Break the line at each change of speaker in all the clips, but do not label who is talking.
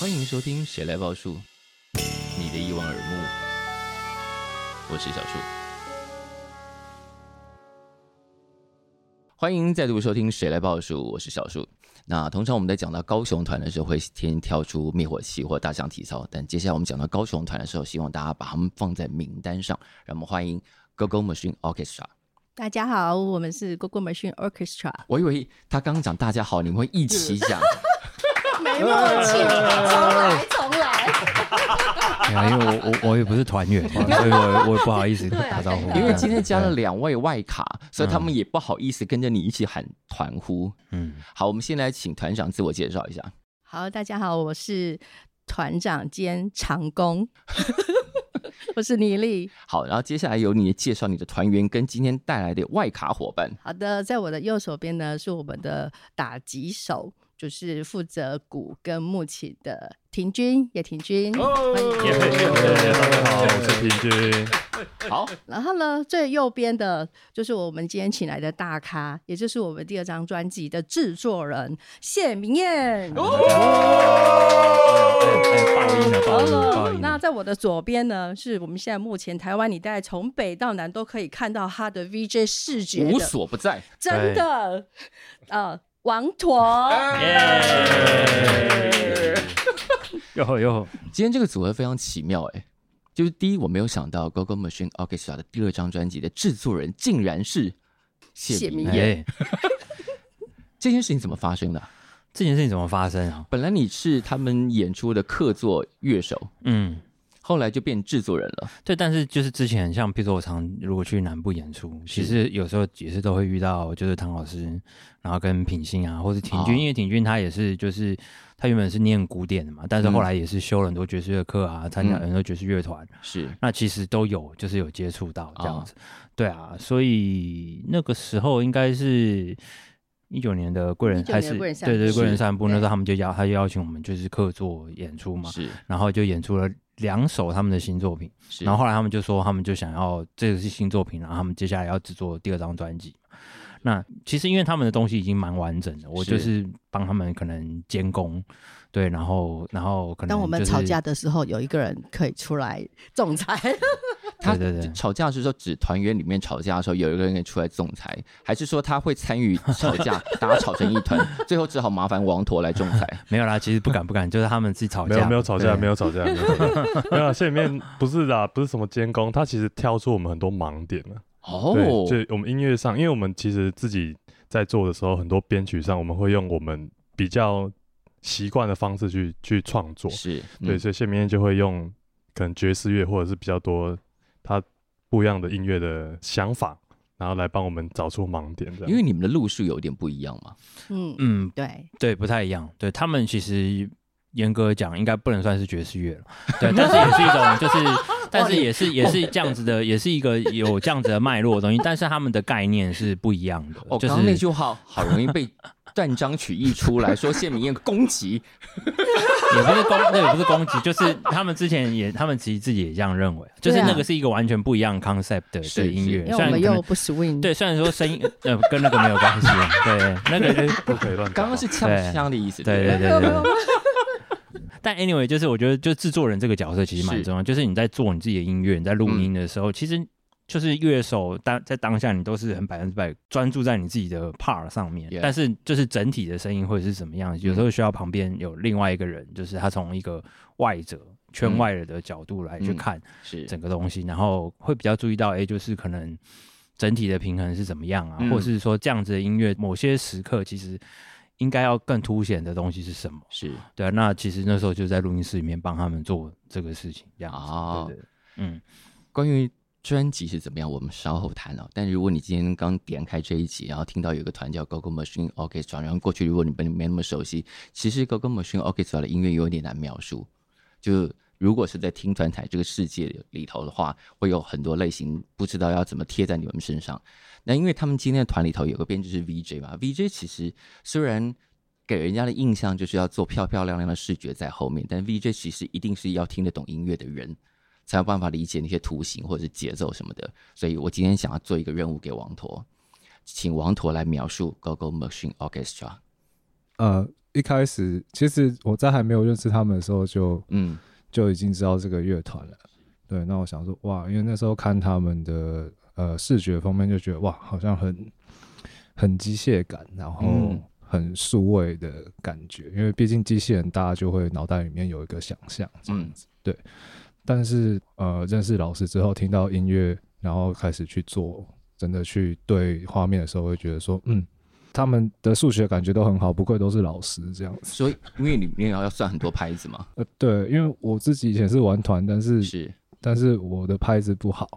欢迎收听《谁来报数》，你的一望而目，我是小树。欢迎再度收听《谁来报数》，我是小树。那通常我们在讲到高雄团的时候，会先挑出灭火器或大象体操，但接下来我们讲到高雄团的时候，希望大家把他们放在名单上。让我们欢迎 Go-Go Machine Orchestra。
大家好，我们是 Google Machine Orchestra。
我以为他刚刚讲大家好，你们会一起讲，
没默契，重来，重来。
对啊，因为我我我也不是团 员嘛，所以我我也不好意思打招呼。
啊因
呃
为今天加了两位外卡，所以他们也不好意思跟着你一起喊团呼。
嗯，
好，我们先来请团长自我介绍一下。
好，大家好，我是团长兼长工， 我是倪丽。
好，然后接下来由你介绍你的团员跟今天带来的外卡伙 伴。
好的，在我的右手边呢是我们的打击手，就是负责鼓跟木琴的庭君，叶庭君。欢迎
耶大家好，我是平君。
好，
然后呢，最右边的就是我们今天请来的大咖，也就是我们第二张专辑的制作人谢明燕。
哎报应了，报应了，报应
那
了。
在我的左边呢，是我们现在目前台湾，你大概从北到南都可以看到他的 VJ 视觉的
无所不在。
真的， 呃，王驼，
哎哟吼哟吼，
今天这个组合非常奇妙、哎，就是第一，我没有想到 Go Go Machine Orchestra 的第二张专辑的制作人竟然是谢
谢
明
明
燕。
哎，
这件事情怎么发生的啊、
这件事情怎么发生啊？
本来你是他们演出的客座乐手，
嗯，
后来就变制作人了。
对，但是就是之前像，比如说我常如果去南部演出，其实有时候也是都会遇到，就是唐老师，然后跟品信啊，或是挺君，
哦
因为挺君他也是就是他原本是念古典的嘛，但是后来也是修了很多爵士乐课啊，参加
嗯
很多爵士乐团，
是，
那其实都有，就是有接触到这
哦
样子，对啊，所以那个时候应该是一九年的贵人
19
还
年
是
的贵人散
对对
步
贵人
是
散步，那
对
时候他们就邀他就邀请我们就是客座演出嘛，
是
然后就演出了两首他们的新作品，
是，
然后后来他们就说他们就想要这个是新作品，然后他们接下来要制作第二张专辑。那其实因为他们的东西已经蛮完整的，我
是
就是帮他们可能监工，对，然后然后可能、就是、
当我们吵架的时候，有一个人可以出来仲裁。
他
对对对
吵架是说指团员里面吵架的时候有一个人出来仲裁，还是说他会参与吵架，大家吵成一 团，最后只好麻烦王驼来仲裁？
没有啦，其实不敢不敢，就是 他们自己吵
没
架，
有没有吵架，
对
没有吵架，没有吵架。没有 啦，谢里面不是啦，不是什么监工，他其实挑出我们很多盲点了。
哦，
对，就我们音乐上，因为我们其实自己在做的时候，很多编曲上我们会用我们比较习惯的方式去去创作。
是，
对，
嗯
所以谢明燕就会用可能爵士乐或者是比较多他不一样的音乐的想法，然后来帮我们找出盲点。这样，
因为你们的路数有点不一样嘛。
嗯，
嗯，
对，
对，不太一样。对他们其实严格讲，应该不能算是爵 士乐了，对，但是也是一种，就是，但是也是也是这样子的，也是一个有这样子的脉络的东西，但是他们的概念是不一样的，
哦，
就
刚刚那
是
句话好容易被断章取义出来，说谢明燕攻击，
也不是攻，那也不是攻击，就是他们之前也，他们其实自己也这样认为，就是
对啊
那个是一个完全不一样 concept 的
是
的音乐，
是
因为
虽
我
然可
们又
能
不 swing，，
对，虽然说声音呃跟那个没有关系，啊对，那个
哎、 不可以乱讲话。
刚刚是呛
对
呛的意思，
对
不
对对对。 但 anyway，就是我觉得，就制作人这个角色其实蛮
是嗯
重要。就是你在做你自己的音乐，你在录音的时候，其实就是乐手当在当下，你都是很百分之百专注在你自己的 part 上面。
Yeah 嗯
但是就是整体的声音会是怎么样，有时候需要旁边有另外一个人，就是他从一个外者。圈外人的角度来去
嗯
看
是
整个东西，然后会比较注意到，哎，就是可能整体的平衡是怎么样啊，
嗯
或者是说这样子的音乐，某些时刻其实应该要更凸显的东西是什么？
是
对啊，那其实那时候就在录音室里面帮他们做这个事情，这样子，
啊
对对对，嗯，
关于专辑是怎么样，我们稍后谈哦。但如果你今天刚点开这一集，然后听到有一个团叫 Gogo Machine Orchestra，然后过去如果你们没那么熟悉，其实 Gogo Machine Orchestra 的音乐有点难描述。就如果是在听团台这个世界里头的话，会有很多类型，不知道要怎么贴在你们身上。那因为他们今天的团里头有个编制是 VJ 嘛，VJ 其实虽然给人家的印象就是要做漂漂亮亮的视觉在后面，但 VJ 其实一定是要听得懂音乐的人。才有办法理解那些图形或者是节奏什么的。所以我今天想要做一个任务给王陀，请王陀来描述 Go Go Machine Orchestra。
呃，一开始其实我在还没有认识他们的时候就
嗯，
就已经知道这个乐团了。对，那我想说，哇，因为那时候看他们的呃视觉方面，就觉得哇，好像很很机械感，然后
嗯
很数位的感觉。因为毕竟机器人，大家就会脑袋里面有一个想象这
嗯
样子。对，但是呃，认识老师之后，听到音乐，然后开始去做，真的去对画面的时候，会觉得说，嗯，他们的数学感觉都很好，不愧都是老师这样子。
所以因为里面要要算很多拍子 嘛，
呃，对，因为我自己以前是玩团，但是
是
但是我的拍子不好，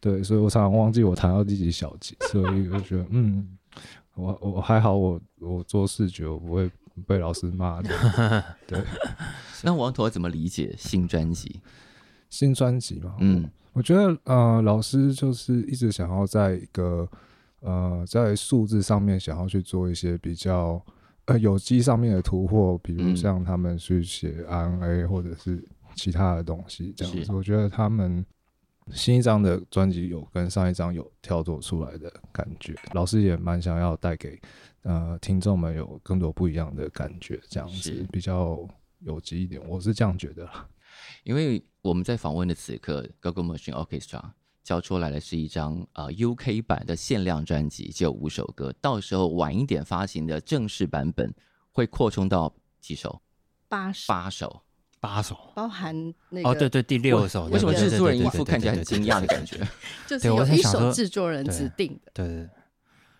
对，所以我常常忘记我弹到第几小节，所以我就觉得，嗯，我我还好我，我做视觉我不会被老师骂的。对，
那王陀怎么理解新专辑？
新专辑嘛，
嗯，
我觉得呃，老师就是一直想要在一个呃，在数字上面想要去做一些比较呃有机上面的突破，比如
嗯
像他们去写 RNA 或者是其他的东西这样
是
子。我觉得他们新一张的专辑有跟上一张有跳脱出来的感觉，老师也蛮想要带给呃听众们有更多不一样的感觉，这样
是
子比较有机一点，我是这样觉得啦。
因为我们在访问的此刻，Gogo Machine Orchestra 交出来的是一张呃 UK 版的限量专辑，只有五首歌。到时候晚一点发行的正式版本会扩充到几首？
八十
八首。
八首。
包含那个
哦，对对，第六首。
为什么
对
制作人一副
对对对对
看起来很
对对
惊
对
讶的
对
感觉？
就是
对我
有
在
一
想
手
说
制作人
对
指定的，
对对对，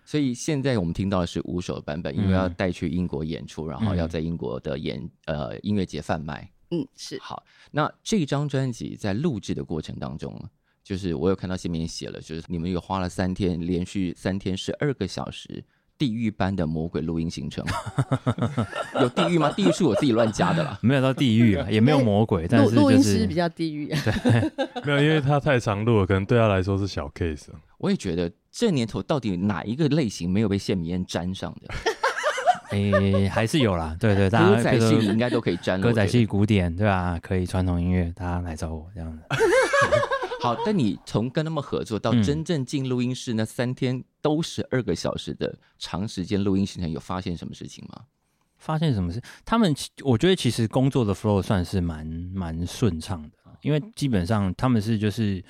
所以现在我们听到的是五首版本，因为
嗯
要带去英国演出，然后要在英国的演呃音乐节贩卖。
嗯，是
好，那这张专辑在录制的过程当中，就是我有看到下面写了，就是你们有花了三天，连续三天十二个小时，地狱般的魔鬼录音行 程，有地狱吗？地狱是我自己乱加的啦。
没有到地狱啊，也 没有魔鬼，但
录
是
录
就
音
是
师比较地 狱，
没有，因为他太长路了，可能对他来说是小 case 啊。
我也觉得这年头到底哪一个类型没有被谢明燕沾上的？
诶，哎还是有啦，对对，大
歌
家
仔
比如
戏
说
你应该都可以沾了。
歌仔
我觉得
戏古典对吧、可以传统音乐，大家来找我这样子。
好，但你从跟他们合作到
嗯
真正进录音室那三天都十二个小时的长时间录音行程，有发现什么事情吗？
发现什么事？他们其我觉得其实工作的 flow 算是蛮蛮顺畅的，
嗯
因为基本上他们是就是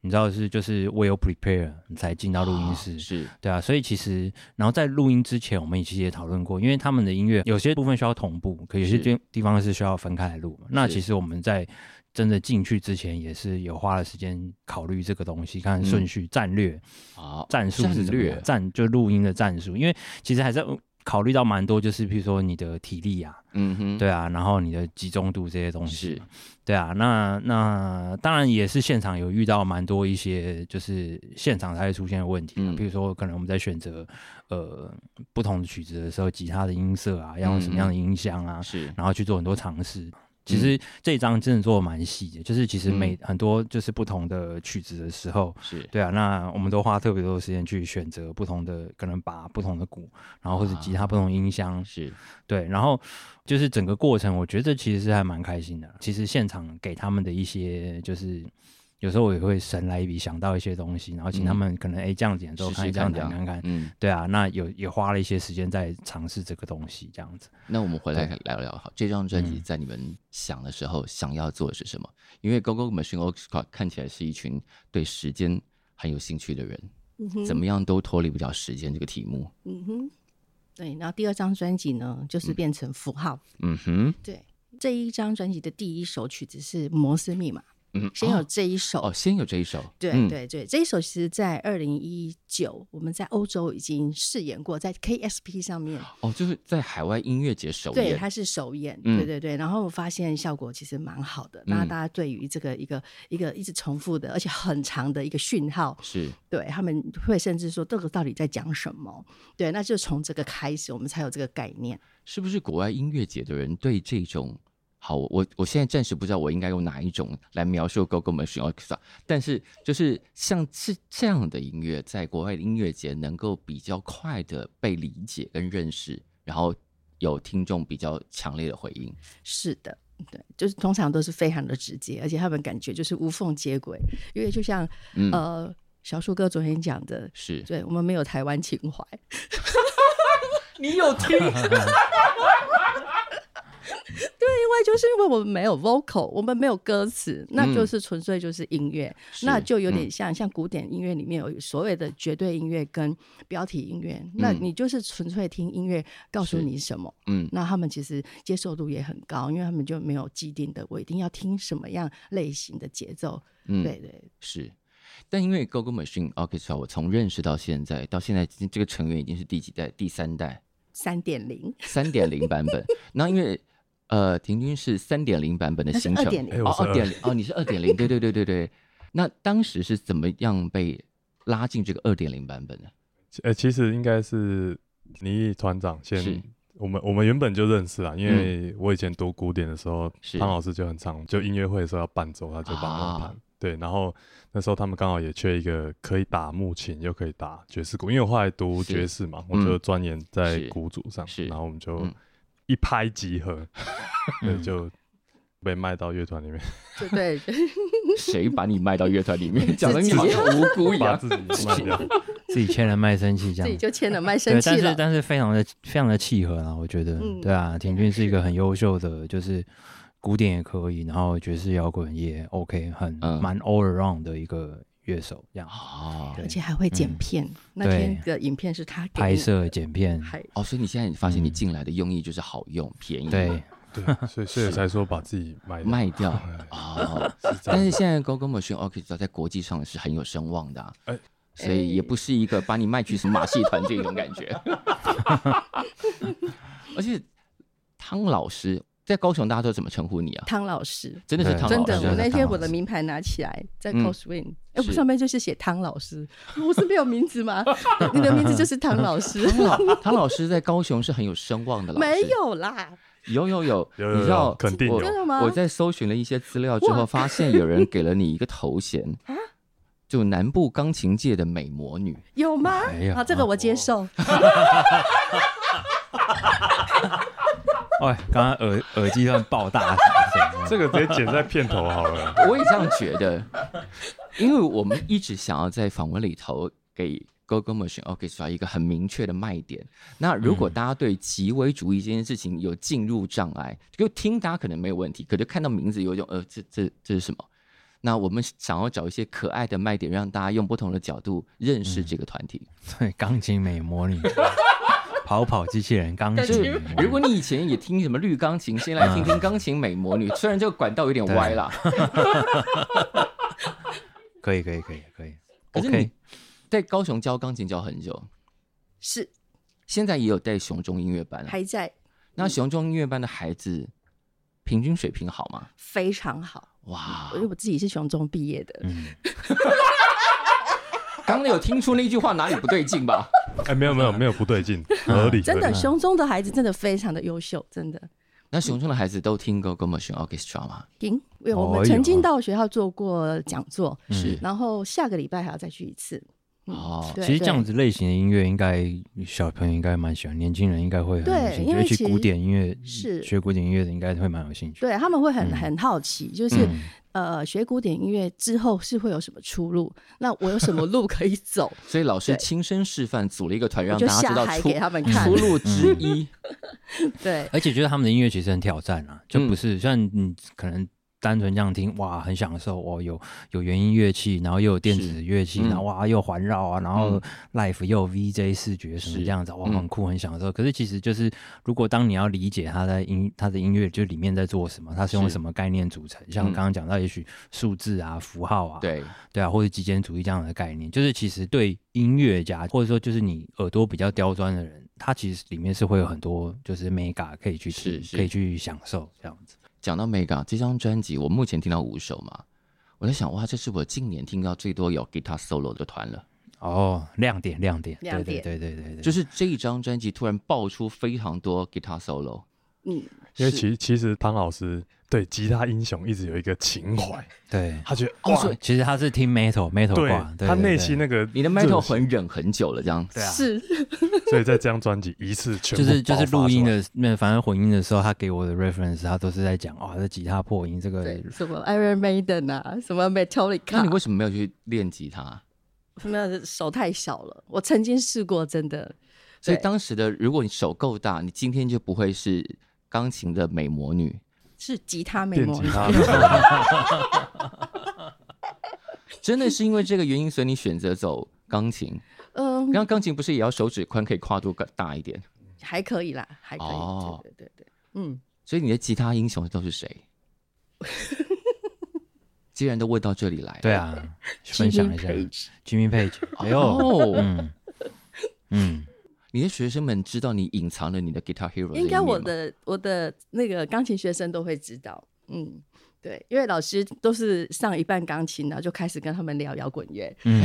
你知道是就是我有 prepare 你才进到录音室，
啊是
对啊，所以其实，然后在录音之前，我们其实也讨论过，因为他们的音乐有些部分需要同步，可有些
是
地地方是需要分开来录嘛。那
是
其实我们在真的进去之前，也是有花了时间考虑这个东西，
嗯
看顺序、战略、
好
战术是
战
怎么
略
样，战就录音的战术，因为其实还是要考虑到蛮多，就是譬如说你的体力啊，
嗯哼，
对啊，然后你的集中度这些东西
是
嘛，对啊，那那当然也是现场有遇到蛮多一些就是现场才会出现的问题、啊，
嗯
比如说可能我们在选择呃不同的曲子的时候，吉他的音色啊，要用什么
嗯
样的音箱啊，
是
然后去做很多尝试。
嗯
其实这一张真的做的蛮细的，就是其实每、很多就是不同的曲子的时候，
是
对啊，那我们都花特别多的时间去选择不同的，可能把不同的鼓，然后或者吉
啊
他不同的音箱，
是
对，然后就是整个过程，我觉得其实是还蛮开心的。其实现场给他们的一些，就是有时候我也会神来一笔，想到一些东西，然后请他
嗯
们可能哎、诶这样子演奏
试
看，
试
这样
看这
弹
样
看看。
嗯，
对啊，那有也花了一些时间在尝试这个东西，这样子。
那我们回来聊聊好这张专辑
嗯
在你们想的时候想要做的是什么？因为 Go Go Machine Orchestra 看起来是一群对时间很有兴趣的人，
嗯哼
怎么样都脱离不了时间这个题目。
嗯哼，对。然后第二张专辑呢，就是变成符号。
嗯哼，
对，这一张专辑的第一首曲子是《摩斯密码》，
嗯，
先有
哦
这一首。
哦，先有这一首，
对
嗯，
对对，这一首其实，在二零一九，我们在欧洲已经试演过，在 KSP 上面，
哦，就是在海外音乐节首
对，
演，
它是首演，
嗯
对对对。然后我发现效果其实蛮好的，那
嗯
大家对于这个一个一个一直重复的，而且很长的一个讯号，
是
对他们会甚至说这个到底在讲什么？对，那就从这个开始，我们才有这个概念。
是不是国外音乐节的人对这种好，我我现在暂时不知道我应该用哪一种来描述 Go Go Machine Orchestra，但啊是就是像是这样的音乐，在国外的音乐节能够比较快的被理解跟认识，然后有听众比较强烈的回应，
是的，对，就是通常都是非常的直接，而且他们感觉就是无缝接轨，因为就像、
嗯，
呃小树哥昨天讲的，
是
对我们没有台湾情怀，
你有听？
另外就是因为我们没有 vocal，我们没有歌词，那就是纯粹就是音乐，那就
嗯
有点像、像古典音乐里面有所谓的绝对音乐跟标题音乐，那你就是纯粹听音乐告诉
是
你什么。
嗯
那他们其实接受度也很高，因为他们就没有既定的，我一定要听什么样类型的节奏。
嗯，
对对，
是。但因为 g o g o Machine Orchestra，我从认识到现在，到现在这这个成员已经是第几代？第三代，
三点零，
三点零版本。 那因为呃，婷君是三点零版本的
那是
行程，
2.0
哎
哦，
我是
二点零，哦，你是二点零，对对对对对。那当时是怎么样被拉进这个二点零版本的？
呃，其实应该是倪团长
是嗯
先，我们我们原本就认识啦，因为我以前读古典的时候，
是
汤老师就很常就音乐会的时候要伴奏，他就帮我
啊
弹。对，然后那时候他们刚好也缺一个可以打木琴又可以打爵士鼓，因为我后来读
是
爵士嘛，
嗯
我就钻研在
是
鼓组上
是，
然后我们就
嗯
一拍即合， 对，
嗯
就被卖到乐团里 面，
就对，
谁把你卖到乐团里 面？讲的你好像无辜一
把
样。
自己卖 掉。
自己签了卖身契这
自己
样。
就签了卖身
对，
契
但是
了。
但是非常的非常的契合啦，我觉得，
嗯
对啊，田俊是一个很优秀的，就是古典也可以，然后爵士摇滚也 OK，很
嗯
蛮、all around 的一个乐手，这样
哦
对
而且还会剪
嗯
片，那
对
天的影片是他给
拍
你
摄
的
剪片，
还
哦，所以你现在你发现你进来的用意就是好用、便宜，
对，
嗯对，所以所以才说把自己卖掉。
卖掉哦。
是这
但
样
是现在 Gogo Machine Orchestra 在国际上是很有声望的啊、
哎
所以也不是一个把你卖去什么马戏团这种感觉。 而且汤老师在高雄，大家都怎么称呼你啊？
汤老师。
真的是汤
真
老
的，
师
我
啊，
那
是汤
天
老
我的
师
名牌拿起来，在
嗯
Coswin，哎，我
是
上面就是写汤老师，我是没有名字吗？你的名字就是汤老师，
汤老汤老师在高雄是很有声望的老师。
没 有啦，
有有有，
有有
你知道
有肯定
我
有真
的吗
我在搜寻了一些资料之后，
哇啊
发现有人给了你一个头衔就南部钢琴界的美魔女。
有吗
没？有哦
好，这个我接受。
哎，刚刚耳耳机突然爆大声，
这个直接剪在片头好了。
我也这样觉得，因为我们一直想要在访问里头给 Gogo Machine Orchestra 一个很明确的卖点。那如果大家对极为主义这件事情有进入障碍，就听大家可能没有问题，可就看到名字有一种呃，这这这是什么？那我们想要找一些可爱的卖点，让大家用不同的角度认识这个团体。
对，钢琴美魔 女，跑跑机器人，钢
就
琴美
是
魔女，
如果你以前也听什么绿钢琴，先来听听钢琴美魔女，虽然这个管道有点歪啦，
可以可以可以可以
可是你
，OK，
在高雄教钢琴教很久，
是
现在也有带熊中音乐班啊。
还在
那熊中音乐班的孩子平均水平好吗？
非常好，
哇
因，为我自己是雄中毕业的，
嗯，
刚刚有听出那句话哪里不对劲吧？
哎，没有没有没有不对劲，合理
真
合
的
理
雄中的孩子真的非常的优秀，真的。
那熊中的孩子都听过 g o m a c h i n Orchestra 吗？
因为我
哦
们曾经
有
到学校做过讲座，
是
然后下个礼拜还要再去一次。嗯
哦
对
其实这
对
样子类型的音乐，应该小朋友应该蛮喜欢，年轻人应该会很有
对
兴趣，
因为
尤其
其
古
实
典音乐
是
学古典音乐的，应该会蛮有兴趣。
对他们会很很好奇，就是
嗯
呃，学古典音乐之后是会有什么出路？那我有什么路可以走？
所以老师
对
亲身示范组了一个团，
我
让
就
大家知
下
道
海
出
给他们看
出。路之
嗯
一。
对，
而且觉得他们的音乐其实很挑战啊，就不是像你可能单纯这样听，哇，很享受哦，有有原音乐器，然后又有电子乐器，
是嗯
然后哇又环绕啊，然后 live 又有 VJ 视觉什么
是
这样子，哇，
嗯
很酷，很享受。可是其实就是，如果当你要理解他在音他的音乐就里面在做什么，它是用
是
什么概念组成，像
嗯
刚刚讲到，也许数字啊、符号 啊，
对，
对啊，或者极简主义这样的概念，就是其实对音乐家，或者说就是你耳朵比较刁钻的人，他其实里面是会有很多就是 mega 可以去
是
听
是
可以去享受这样子。
讲到 Mega 这张专辑，我目前听到五首嘛，我在想，哇，这是我近年听到最多有 guitar solo 的团了。
哦，亮点亮点，
亮点
对对对对对对，
就是是这一张专辑突然爆出非常多 guitar solo，
嗯，
因
是
为其其实汤老师对吉他英雄一直有一个情怀，
对，
他觉得
哦
哇，
所以
其实他是听 metal metal
对
挂，对
他
对
内
对
心那个
你的
热
metal
情
很忍很久了，这样
对啊，
是
所以在这张专辑一次全部
就是就是
爆发
录音
出来，
的那反正混音的时候，他给我的 reference，他都是在讲哇，这吉他破音这个
对，什么 Iron Maiden 啊，什么
那你
Metallica，
为什么没有去练吉他？
没有手太小了，我曾经试过，真的，
所以
对
当时的，如果你手够大，你今天就不会是钢琴的美魔女。
是吉他没
电
魔
吉
力
他
真的是因为这个原因，所以你选择走钢琴。
嗯，
然后钢琴不是也要手指宽，可以跨度更大一点？
还可以啦，还可以，
哦
对对对对，嗯，
所以你的吉他英雄都是 谁？既然都问到这里来了，
对啊，分享一下
Jimmy
Jimmy Page，哎呦，
哦，
嗯嗯，
你的学生们知道你隐藏了你的 Guitar Hero 的一
应
面
该我
吗
的我的那个钢琴学生都会知道，嗯，对，因为老师都是上一半钢琴，然后就开始跟他们聊摇滚乐，
嗯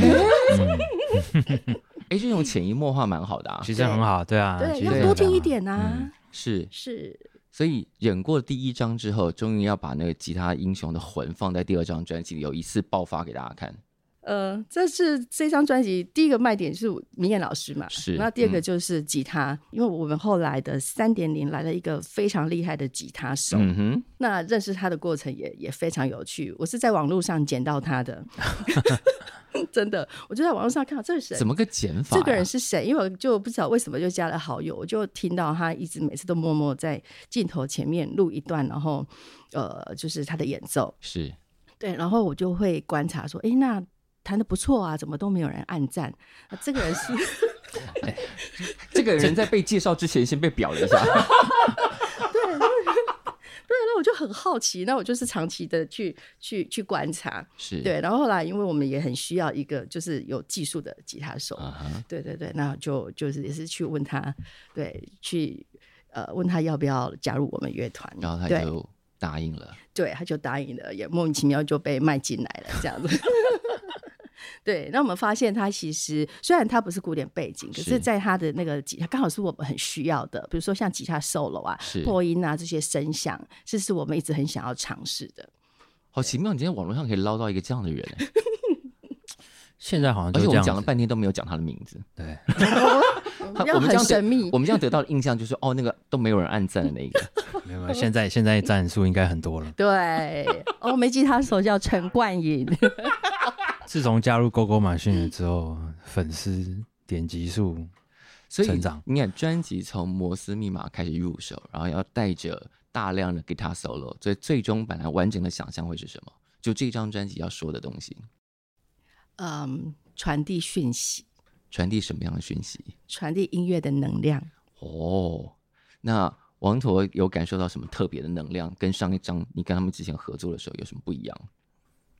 嗯，
哎，这种潜移默化蛮好的啊。
其实很好，对啊，
对，
其实
要
很
多
好
听一，点啊，
嗯
是，
是
所以忍过第一章之后，终于要把那个吉他英雄的魂放在第二张专辑里，有一次爆发给大家看。
呃，这是这张专辑第一个卖点是明艳老师嘛，
是
那第二个
嗯
就是吉他，因为我们后来的三点零来了一个非常厉害的吉他手，
嗯哼，
那认识他的过程也也非常有趣。我是在网络上捡到 他的，真的，我就在网络上看到这是谁
怎。么个减法、
这个人，是谁？因为我就不知道为什么就加了好友，我就听到他一直每次都默默在镜头前面录一段，然后呃，就是他的演奏，
是
对，然后我就会观察说，诶，那弹的不错啊，怎么都没有人暗赞？啊、这个人是
这个人在被介绍之前先被表了一下。
对，那我就很好奇，那我就是长期的去去去观察，
是，
对，然后后来因为我们也很需要一个就是有技术的吉他手，
啊哈，
对对对，那就就是也是去问他，对，去呃问他要不要加入我们乐团，
然后他
对
就答应了。
对，他就答应了，也莫名其妙就被卖进来了，这样子。 对，那我们发现他其实虽然他不是古典背景，可
是
是在他的那个吉他刚好是我们很需要的，比如说像吉他 solo 啊
是、
破音啊这些声响，这是我们一直很想要尝试的。
好奇妙，你今天网络上可以捞到一个这样的人，
现在好像
而
就
且
是
我们
这样
讲了
子，
半天都没有讲他的名字。
对，
他
要
我们这
很
样
神秘
得我，们这样得到的印象就是哦，那个都没有人暗赞的那一个。
没有没有，现在现在战术应该很多了。
对，哦，梅吉他手叫陈冠颖，
自从加入 GoGo 马逊
嗯
了之后，粉丝点击 数
所以
成长
你看，专辑从摩斯密码开始入手，然后要带着大量的 guitar solo，所以最终本来完整的想象会是什么？就这张专辑要说的东西，
嗯，传递讯息，
传递什么样的讯息？
传递音乐的能量。
哦，那王驼有感受到什么特别的能量？跟上一张你跟他们之前合作的时候有什么不一样？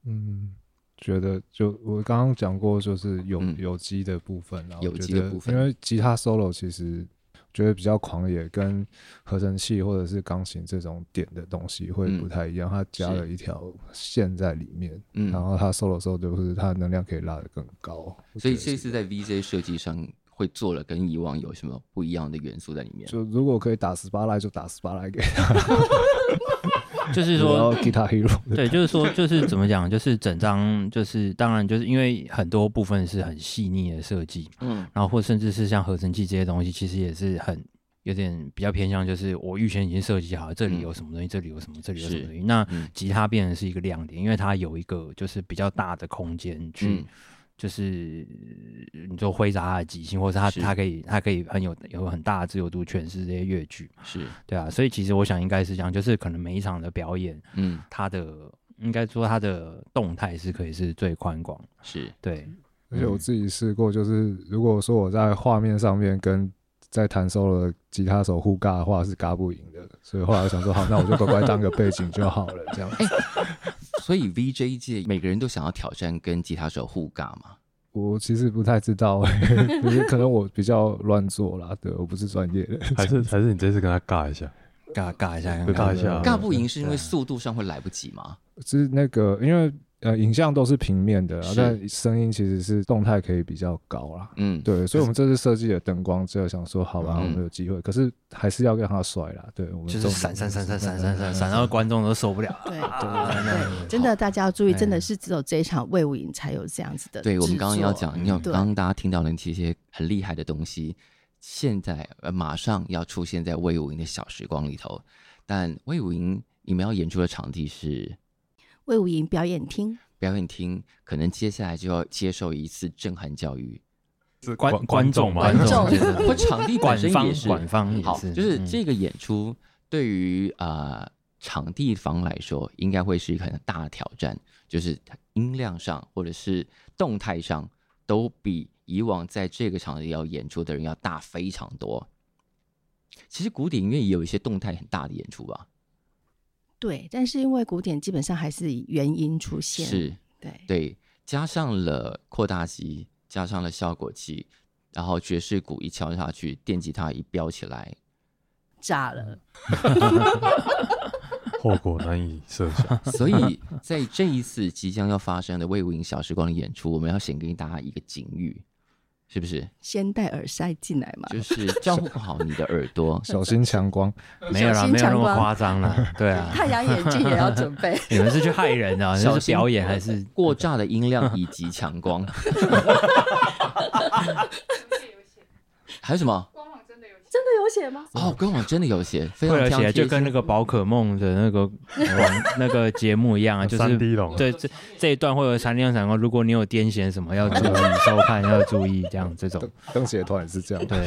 嗯，觉得就我刚刚讲过，就是有
嗯
有机的部分啦，
有
我
机
觉
的
得
部分
因为吉他 solo 其实觉得比较狂野，跟合成器或者是钢琴这种点的东西会
嗯
不太一样，它加
是
了一条线在里面，
嗯
哦
然后它 solo 的时候就是它的能量可以拉得更高，我
所以
觉得是
这次在 VJ 设计上会做了跟以往有什么不一样的元素在里面？
就如果可以打十八来就打十八来给他，
就是
然
说
后
啊
Guitar Hero 的
对，就是说，就是怎么讲，就是整张，就是当然，就是因为很多部分是很细腻的设计，
嗯，
然后或甚至是像合成器这些东西，其实也是很有点比较偏向，就是我预先已经设计好了，这里有什么东西，这里有什么，这里有什么
嗯是
东西。那
嗯
吉他变成是一个亮点，因为它有一个就是比较大的空间去
嗯，
就是呃你就挥洒它的即兴，或是它
是
它可以它可以很有有很大的自由度诠释这些乐句，
是，
对啊。所以其实我想应该是这样，就是可能每一场的表演。
嗯，
它的应该说它的动态是可以是最宽广，
是，
对，
而且
嗯
我自己试过，就是如果说我在画面上面跟在弹 solo 的吉他手互尬的话，是尬不赢的。所以后来我想说，好，那我就乖乖当个背景就好了，这样。
所以 VJ 界每个人都想要挑战跟吉他手互尬嘛。
我其实不太知道、 欸，就是可能我比较乱做啦，对，我不是专业的。
还是还是你这次跟他尬一下，
尬尬一下，
尬一下
嗯
尬不赢是因为
对啊
速度上会来不及吗？
就是那个，因为呃影像都是平面的啊
是，
但声音其实是动态可以比较高啦。
嗯，
对，所以我们这次设计的灯光，就想说，好吧，
嗯
我们有机会，可是还是要让它甩啦。对，我们
就是
重点
闪闪闪闪闪闪闪
嗯。
闪，然后观众都受不了了。
对
对
对，真的大家要注意，真的是只有这一场魏武营才有这样子的。
对，我们刚刚要，讲，你有
嗯对
刚刚大家听到了这些很厉害的东西，现在呃马上要出现在魏武营的小时光里头。但魏武营你们要演出的场地是
魏武营表演厅，
表演厅，可能接下来就要接受一次震撼教育。
是
观观众嘛，
观众
就是
不，场地本
管
身
方
也是
管方也
好，
是，
就是
嗯
这个演出对于呃场地方来说，应该会是一个很大的挑战，就是音量上或者是动态上，都比以往在这个场地要演出的人要大非常多。其实古典音乐也有一些动态很大的演出吧，
对，但是因为古典基本上还是以元音出现，
是
对
对，加上了扩大机，加上了效果器，然后爵士鼓一敲下去，电吉他一飙起来，
炸了，
后果难以设想。
所以在这一次即将要发生的魏无影小时光的演出，我们要先给大家一个警语，是不是？
先戴耳塞进来嘛。
就是照顾好你的耳朵
小心强光，
没有啦，
小心
没有那
强
么
光
夸张啦，对啊，
太阳眼镜也要准 备。
你们是去害人的啊，
小
这是
心
表演还是
过炸的音量以及强光，还有什么？
真的有写吗？
哦，官网真的有写，非
会
常
而
非常
且
贴
就
心
跟那个宝可梦的 那个玩那个节目一样啊，就
三
是
D 龙，
对这这一段会有闪亮闪光，如果你有癫痫什么 要注意收看，要注意这样这种，
灯协团也是这样。
对，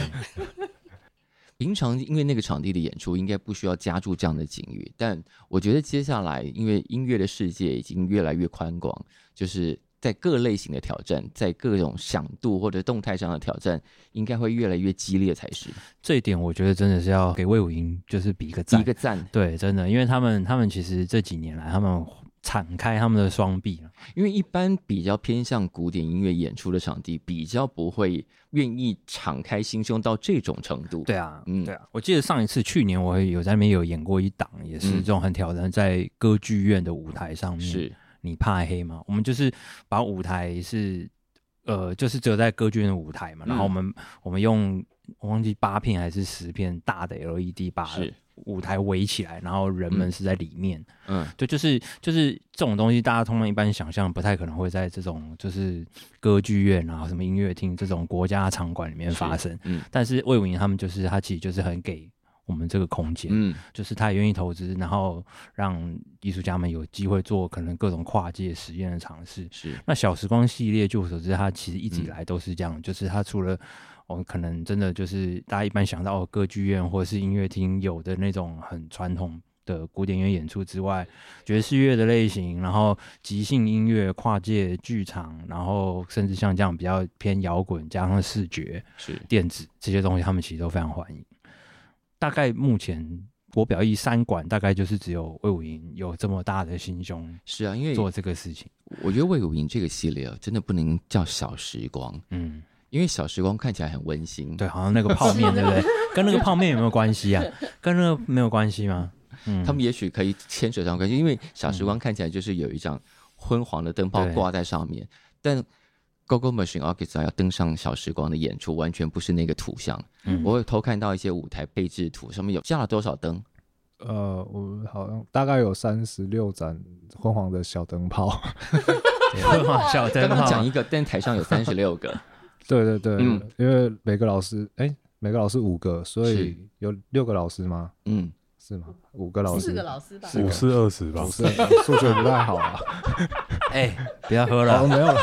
平常因为那个场地的演出，应该不需要加注这样的警语。但我觉得接下来，因为音乐的世界已经越来越宽广，就是在各类型的挑战，在各种响度或者动态上的挑战，应该会越来越激烈才是。
这一点我觉得真的是要给魏武英就是比一个赞
一，个赞，
对，真的，因为他们他们其实这几年来他们敞开他们的双臂啊，
因为一般比较偏向古典音乐演出的场地，比较不会愿意敞开心胸到这种程度。
对啊，
嗯
对啊。我记得上一次去年我也有在那边有演过一档，也是
嗯
这种很挑战，在歌剧院的舞台上面。
是
你怕黑吗？我们就是把舞台是呃，就是只有在歌剧院的舞台嘛，
嗯
然后我们、我们用我忘记八片还是十片大的 LED 把
是，
舞台围起来，然后人们是在里面。
嗯，
对，就是就是这种东西，大家通常一般想象不太可能会在这种就是歌剧院啊、什么音乐厅这种国家场馆里面发生。
嗯
但是魏武营他们就是他其实就是很给我们这个空间，
嗯，
就是他也愿意投资，然后让艺术家们有机会做可能各种跨界实验的尝试。
是
那小时光系列，据我所知，它其实一直以来都是这样，就是它除了哦，可能真的就是大家一般想到哦，歌剧院或者是音乐厅有的那种很传统的古典音乐演出之外，爵士乐的类型，然后即兴音乐、跨界剧场，然后甚至像这样比较偏摇滚，加上视觉、
是，
电子这些东西，他们其实都非常欢迎。大概目前国表艺三馆大概就是只有魏武营有这么大的心胸
是啊，因为
做这个事情，
我觉得魏武营这个系列啊，真的不能叫小时光。
嗯。
因为小时光看起来很温馨，
对，好像 那个泡面，对不对？跟那个泡面有没有关系啊？跟那个没有关系吗？嗯，
他们也许可以牵扯上关系，因为小时光看起来就是有一张昏黄的灯泡
对
挂在上面，但 Gogo Machine Orchestra 要登上小时光的演出，完全不是那个图像。
嗯
我会偷看到一些舞台配置图，上面有加了多少灯，
呃，我好像大概有三十六盏昏黄的小灯泡。
对哇 小灯
刚刚
泡
讲一个，但台上有三十六 个，
对对对，
嗯
因为每个老师，哎、每个老师五个，所以
是
有六个老师吗？
嗯，
是吗？五个老师，
四个老师吧。
是
五四二十吧
不，是数学不太好 啊。
哎、不要喝
哦，
了，
没有了。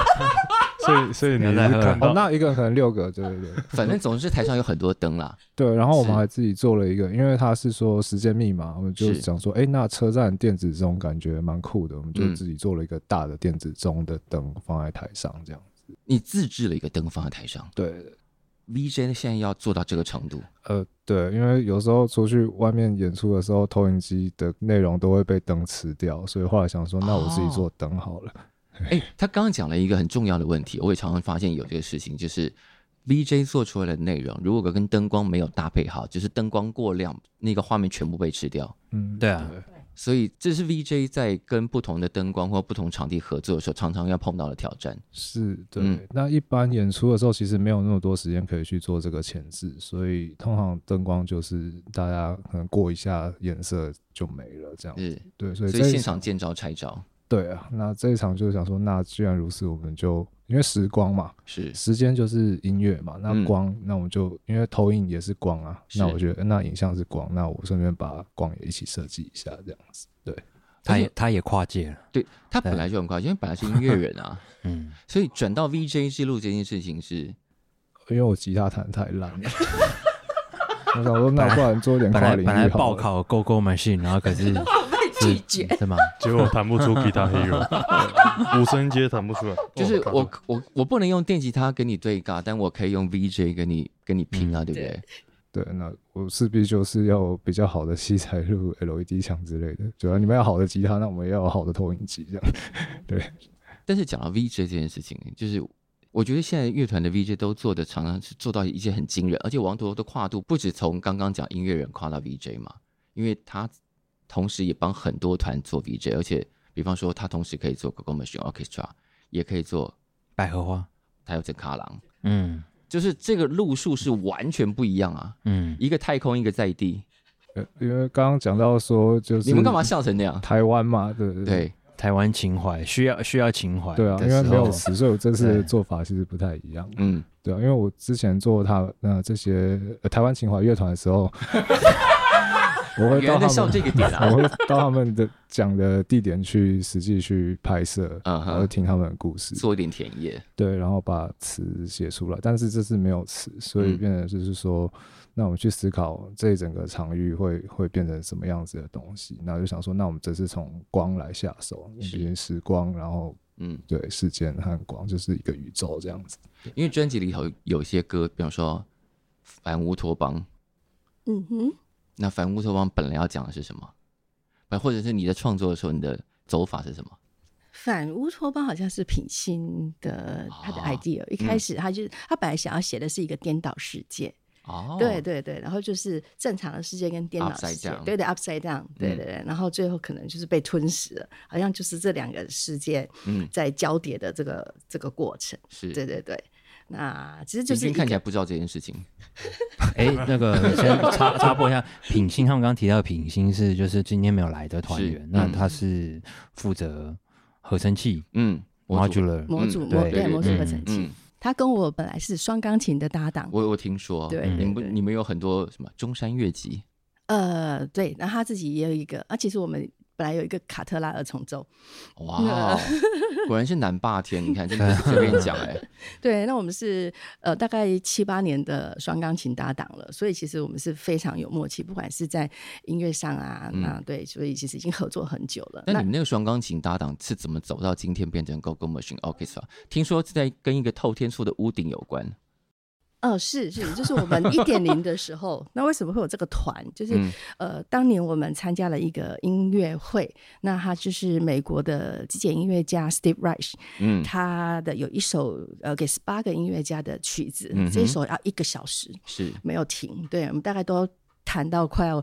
所以所以你
不
是
要再喝了
看到，
哦那一个人可能六个，对对对。
反正总之台上有很多灯啦。
对，然后我们
是
还自己做了一个，因为他是说时间密码，我们就是想说，哎，那车站电子钟感觉蛮酷的，我们就
嗯
自己做了一个大的电子钟的灯放在台上，这样。
你自制了一个灯放在台上
对，
，VJ 现在要做到这个程度，
呃，对，因为有时候出去外面演出的时候，投影机的内容都会被灯吃掉，所以后来想说，那我自己
哦
做灯好了。
哎，他刚刚讲了一个很重要的问题，我也常常发现有这个事情，就是 VJ 做出来的内容，如果跟灯光没有搭配好，就是灯光过亮，那个画面全部被吃掉。
嗯，
对啊
所以这是 VJ 在跟不同的灯光或不同场地合作的时候，常常要碰到的挑战。
是对、
嗯
那一般演出的时候，其实没有那么多时间可以去做这个前置，所以通常灯光就是大家可能过一下颜色就没了这样。
是，
对，所以
所以
这
现
一场
场见招拆招
对啊，那这一场就是想说，那既然如此，我们就因为时光嘛，
是
时间就是音乐嘛，
嗯
那光，那我们就因为投影也是光啊，
是
那我觉得那影像是光，那我顺便把光也一起设计一下这样子。
他也他也跨界了，
对他本来就很快，因为本来是音乐人啊，
嗯，
所以转到 VJ 之路这件事情是
因为我吉他弹得太烂 了，我想说，那不然做点
本
跨
来
领域
本来
好
报
了
考 Go Go Machine，然后 可是
被拒绝。
是吗？
结果弹不出吉他 hero，五声阶弹不出来，
就是
哦
我我我不能用电吉他跟你对尬，但我可以用 VJ 跟你跟你拼啊，对不对？
对，那我势必就是要有比较好的器材，例如 LED E 墙之类的。主要你们要好的吉他，那我们也要有好的投影机，这样。
但是讲到 VJ 这件事情，就是我觉得现在乐团的 VJ 都做的常常是做到一些很惊人，而且王铎的跨度不止从刚刚讲音乐人跨到 VJ 嘛，因为他同时也帮很多团做 VJ，而且比方说他同时可以做 Gogo Machine Orchestra，也可以做
百合花，
还有整卡郎，
嗯
就是这个路数是完全不一样啊，
嗯，
一个太空，一个在地，
呃 因为刚刚讲到说，就是
你们干嘛笑成那样？
台湾嘛，对对
对，
台湾情怀需要需要情怀，
对啊，因
的
为
时
没有
候
词，所以我这次
对
的做法其实不太一样。
嗯，
对啊，因为我之前做他那这些、呃台湾情怀乐团的时 候，我会
原
到
来在
他
笑
们
这个点
我
啊，
会到他们的讲的地点去实际去拍摄，
嗯哼
然后听他们的故事，
做一点田野，
对，然后把词写出来。但是这次没有词，所以
嗯
变成就是说，那我们去思考这一整个场域会会变成什么样子的东西。那就想说，那我们这次从光来下手，毕
是
竟时光，然后
嗯。
对时间和光就是一个宇宙这样子。
因为专辑里头有一些歌，比方说《反乌托邦》，
嗯哼，
那《反乌托邦》本来要讲的是什么？呃或者是你在创作的时候，你的走法是什么？
反乌托邦好像是品心的他的
哦
idea，、一开始他就、他本来想要写的是一个颠倒世界，
哦，
对，对对，然后就是正常的世界跟颠倒世
Upside
界
down，嗯
对对，upside down，对对对，然后最后可能就是被吞噬了，好像就是这两个世界
嗯，
在交叠的这个这个过程，
是，
对对对。那其实就是
平
一
均看起来
个
不知道这件事情，
哎，那个先插插播一下，品心他们刚刚提到的品心是就是今天没有来的团
是
员，那
嗯
他是负责合成器
嗯，模组，
modular，
模
嗯
组模
对
对
对
模组合成器
嗯，，
他跟我本来是双钢琴的搭档，
我我听说，
对
你
对
们
对
你们有很多什么中山乐集，
呃，对，然后他自己也有一个，啊，其实我们本来有一个卡特拉二重奏，
哇
嗯
哦，果然是南霸天，你看真的不是随便讲哎，
对，那我们是呃大概七八年的双钢琴搭档了，所以其实我们是非常有默契，不管是在音乐上啊，
嗯
那对，所以其实已经合作很久了。
那你们那个双钢琴搭档是怎么走到今天变成 Go Go Machine Orchestra？听说是在跟一个透天厝的屋顶有关。
呃，是是，就是我们一点零的时候， 那为什么会有这个团？就是、
嗯
呃，当年我们参加了一个音乐会，那他就是美国的极简音乐家 Steve Reich，
嗯，
他的有一首呃给十八个音乐家的曲子，
嗯哼
这一首要一个小时，
是
没有停。对我们大概都谈到快要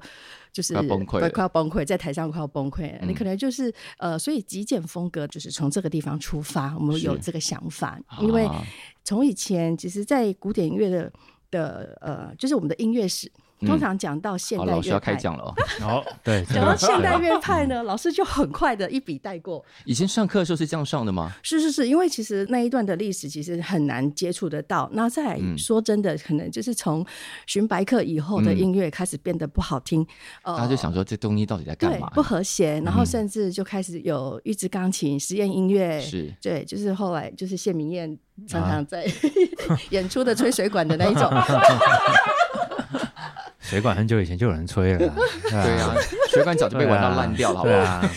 就是
快要崩溃了嗯
对快要崩溃，在台上快要崩溃了。你可能就是呃，所以极简风格就是从这个地方出发，我们
是
有这个想法，因为
啊
从以前其实，在古典音乐的的呃，就是我们的音乐史。通常讲到现
嗯好
代
老师
乐
要开
派，
讲了哦。
哦，对，
讲到现代乐派呢，老师就很快的一笔带过。
以前上课的时候是这样上的吗？
是是是，因为其实那一段的历史其实很难接触得到。那再来
嗯
说真的，可能就是从寻白客以后的音乐开始变得不好听，呃
嗯大家就想说这东西到底在干
对
嘛？嗯
不和谐，然后甚至就开始有一支钢琴实验音乐，
是啊
对，就是后来就是谢明燕常常在、 演出的吹水管的那 一种，
水管很久以前就有人吹了啦，
对啊，水管早就被玩到烂掉了，好不
对
好？
啊，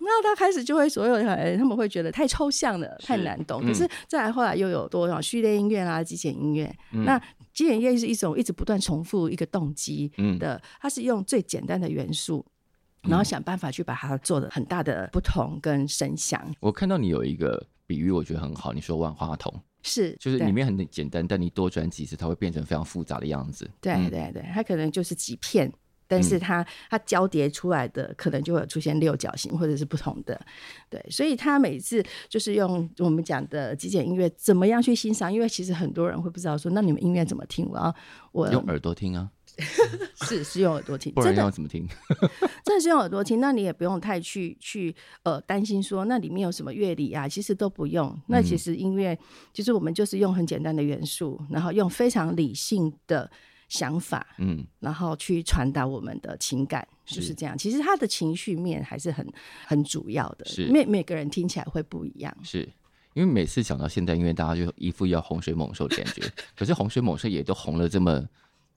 那他开始就会所有人他们会觉得太抽象了，太难懂。
嗯
可是再来后来又有多少序列音乐啦、极简音乐，
嗯
那极简音乐是一种一直不断重复一个动机
嗯
的，它是用最简单的元素。然后想办法去把它做的很大的不同跟声响，
我看到你有一个比喻，我觉得很好，你说万花筒，
是
就是
对
里面很简单，但你多转几次，它会变成非常复杂的样子。
对
嗯
对对，它可能就是几片但是它它交叠出来的可能就会有出现六角形或者是不同的，对，所以他每次就是用我们讲的极简音乐怎么样去欣赏，因为其实很多人会不知道说，那你们音乐怎么听？我要我
用耳朵听啊，
是是用耳朵听，
不
真
然
的
要怎么听？
真的是用耳朵听，那你也不用太去去呃担心说那里面有什么乐理啊，其实都不用。那其实音乐，其实我们就是用很简单的元素，然后用非常理性的想法，
嗯，
然后去传达我们的情感，就是这样。其实他的情绪面还是很很主要的
是，
每每个人听起来会不一样。
是。因为每次讲到现代音乐，大家就一副要洪水猛兽的感 觉。可是洪水猛兽也都红了这么，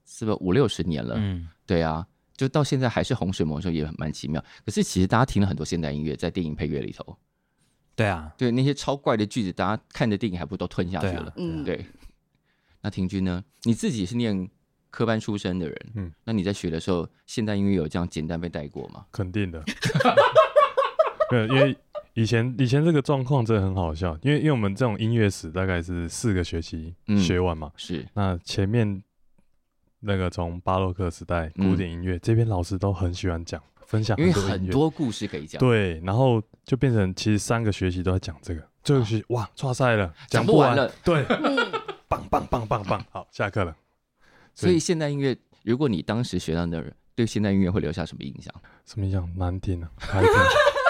是不是五六十年了？
嗯，
对啊，就到现在还是洪水猛兽，也蛮奇妙。可是其实大家听了很多现代音乐，在电影配乐里头，
对啊，
对那些超怪的句子，大家看的电影还不都吞下去
对
了
啊？，
嗯，
对。那廷君呢？你自己是念科班出身的人，嗯
嗯，
那你在学的时候，现代音乐有这样简单被带过吗？
肯定的。 没有，因为以前以前这个状况真的很好笑，因为因为我们这种音乐史大概是四个学期
嗯
学完嘛，
是，
那前面那个从巴洛克时代、
嗯
古典音乐、这边老师都很喜欢讲分享
因为
多
很
音乐，
多故事可以讲，
对，然后就变成其实三个学期都在讲这个，最后一个学期、哇，抓赛了，
讲
不
完，了。
对，棒棒棒棒棒，好，下课了。
所以现代音乐，如果你当时学到那儿，对现代音乐会留下什么印象？
什么讲难听啊，难听，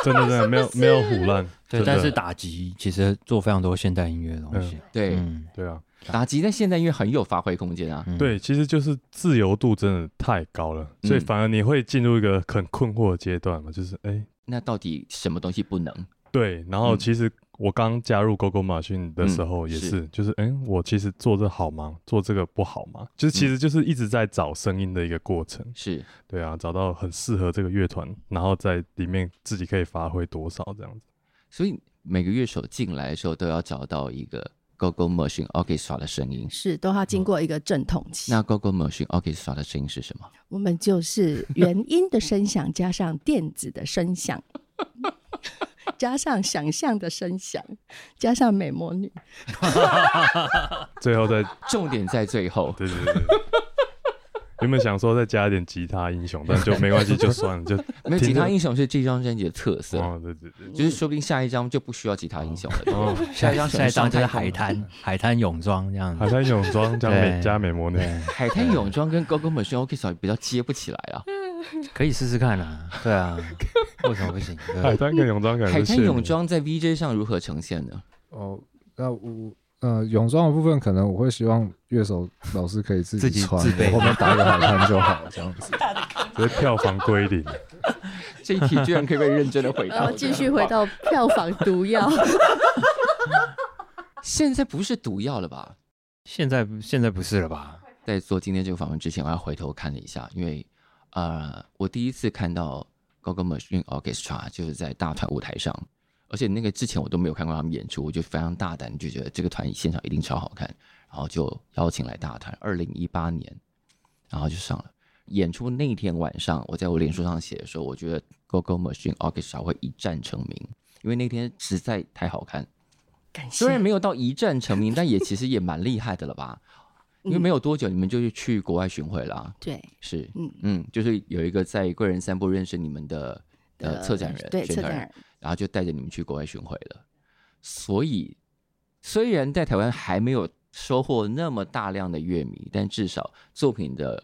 真的真的没 有没有胡乱，真
对，
的
但是打击其实做非常多现代音乐的东西，
对，
嗯，
对啊，
打击在现代音乐很有发挥空间啊。
嗯，
对，其实就是自由度真的太高了，所
嗯
以反而你会进入一个很困惑的阶段嘛，就是哎、
那到底什么东西不能？
对，然后
嗯
其实我刚加入 g o g o 马逊的时候
嗯
也
是
是，就是哎、我其实做这好吗？做这个不好吗？就是
嗯
其实就是一直在找声音的一个过程，
是，
对啊，找到很适合这个乐团，然后在里面自己可以发挥多少这样子，
所以每个乐手进来的时候都要找到一个 Go-Go Machine Orchestra 的声音。
是都要经过一个阵痛期。
那 Go-Go Machine Orchestra 的声音是什么？
我们就是元音的声响加上电子的声响，加上想象的声响，加上美魔女。
最后再。
重点在最后
对对对对。原本想说再加一点吉他英雄，但就没关系，就算了，就
那吉他英雄 是啊这张专辑的特色，
哦，对对对，
就是说不定下一张就不需要吉他英雄了。对
哦
不，对
下
下
一
一张
张下一张就是
是
海滩海滩泳装这样
海
子，
滩泳装加美
对
加美魔女，
海滩泳装跟 Go-Go Machine Orchestra 比较接不起来啊。
可以试试看 啊，对啊，为什么不行？对
海滩跟泳装感觉
海
是
滩
谢
泳
你
装在 VJ 上如何呈现呢？
哦，那我呃泳装的部分，可能我会希望乐手老师可以自
自己
穿，
自备
后面打一个海滩就好，这样 子。
直接票房归零，
这一题居然可以被认真的 回
然
答
后。呃继续回到票房毒 药，
现在不是毒药了吧？
现在现在不是了吧？
在做今天这个访问之前，我要回头看了一下，因为呃，我第一次看到 Gogo Machine Orchestra 就是在大团舞台上，而且那个之前我都没有看过他们演出，我就非常大胆，就觉得这个团现场一定超好看，然后就邀请来大团。二零一八年，然后就上了。演出那一天晚上，我在我脸书上写说，我觉得 Gogo Machine Orchestra 会一战成名，因为那天实在太好看。
感
虽然
谢。
没有到一战成名，但也其实也蛮厉害的了 吧？因为
嗯
没有多久，你们就是去国外巡回啦。
对，
是，
嗯
嗯，就是有一个在贵人散步认识你们的呃策展人、
对
宣
策
传
展
人
人，，
然后就带着你们去国外巡回了。所以，虽然在台湾还没有收获那么大量的乐迷，但至少作品的